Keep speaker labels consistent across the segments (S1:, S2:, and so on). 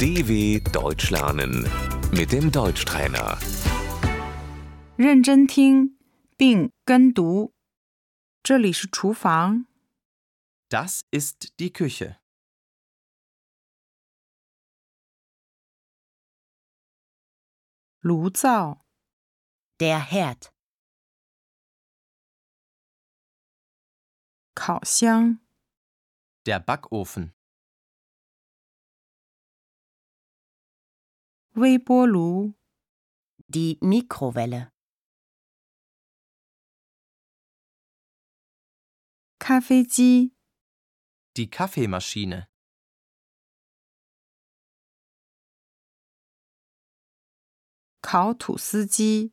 S1: DW Deutsch lernen mit dem Deutschtrainer.
S2: 认真听并跟读。这里是厨房，
S3: Das ist die Küche.
S2: 炉灶、
S4: Der Herd,
S2: 烤箱、
S3: Der Backofen.
S2: 微波炉、
S4: die Mikrowelle,
S2: 咖啡机、
S3: Die Kaffeemaschine.
S2: 烤吐司机、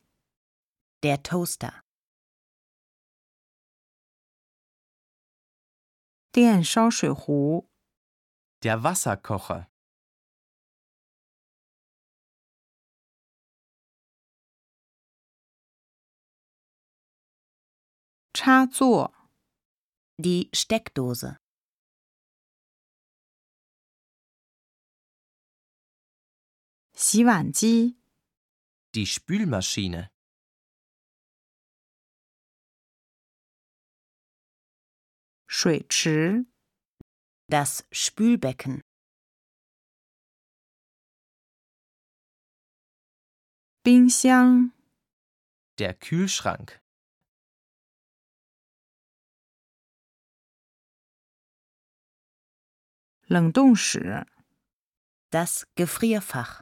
S4: der Toaster,
S2: 电烧水壶、
S3: Der Wasserkocher.
S2: 插座、
S4: die Steckdose,
S2: 洗碗机、
S3: Die Spülmaschine.
S2: 水池、
S4: das Spülbecken,
S2: 冰箱、
S3: Der Kühlschrank.
S2: 冷冻室、
S4: das Gefrierfach,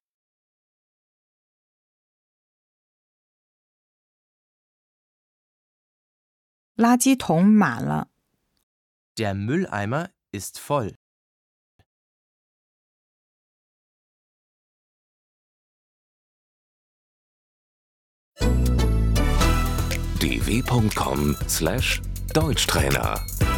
S2: 垃圾桶满了，
S3: Der Mülleimer ist voll.
S1: dw.com/deutschtrainer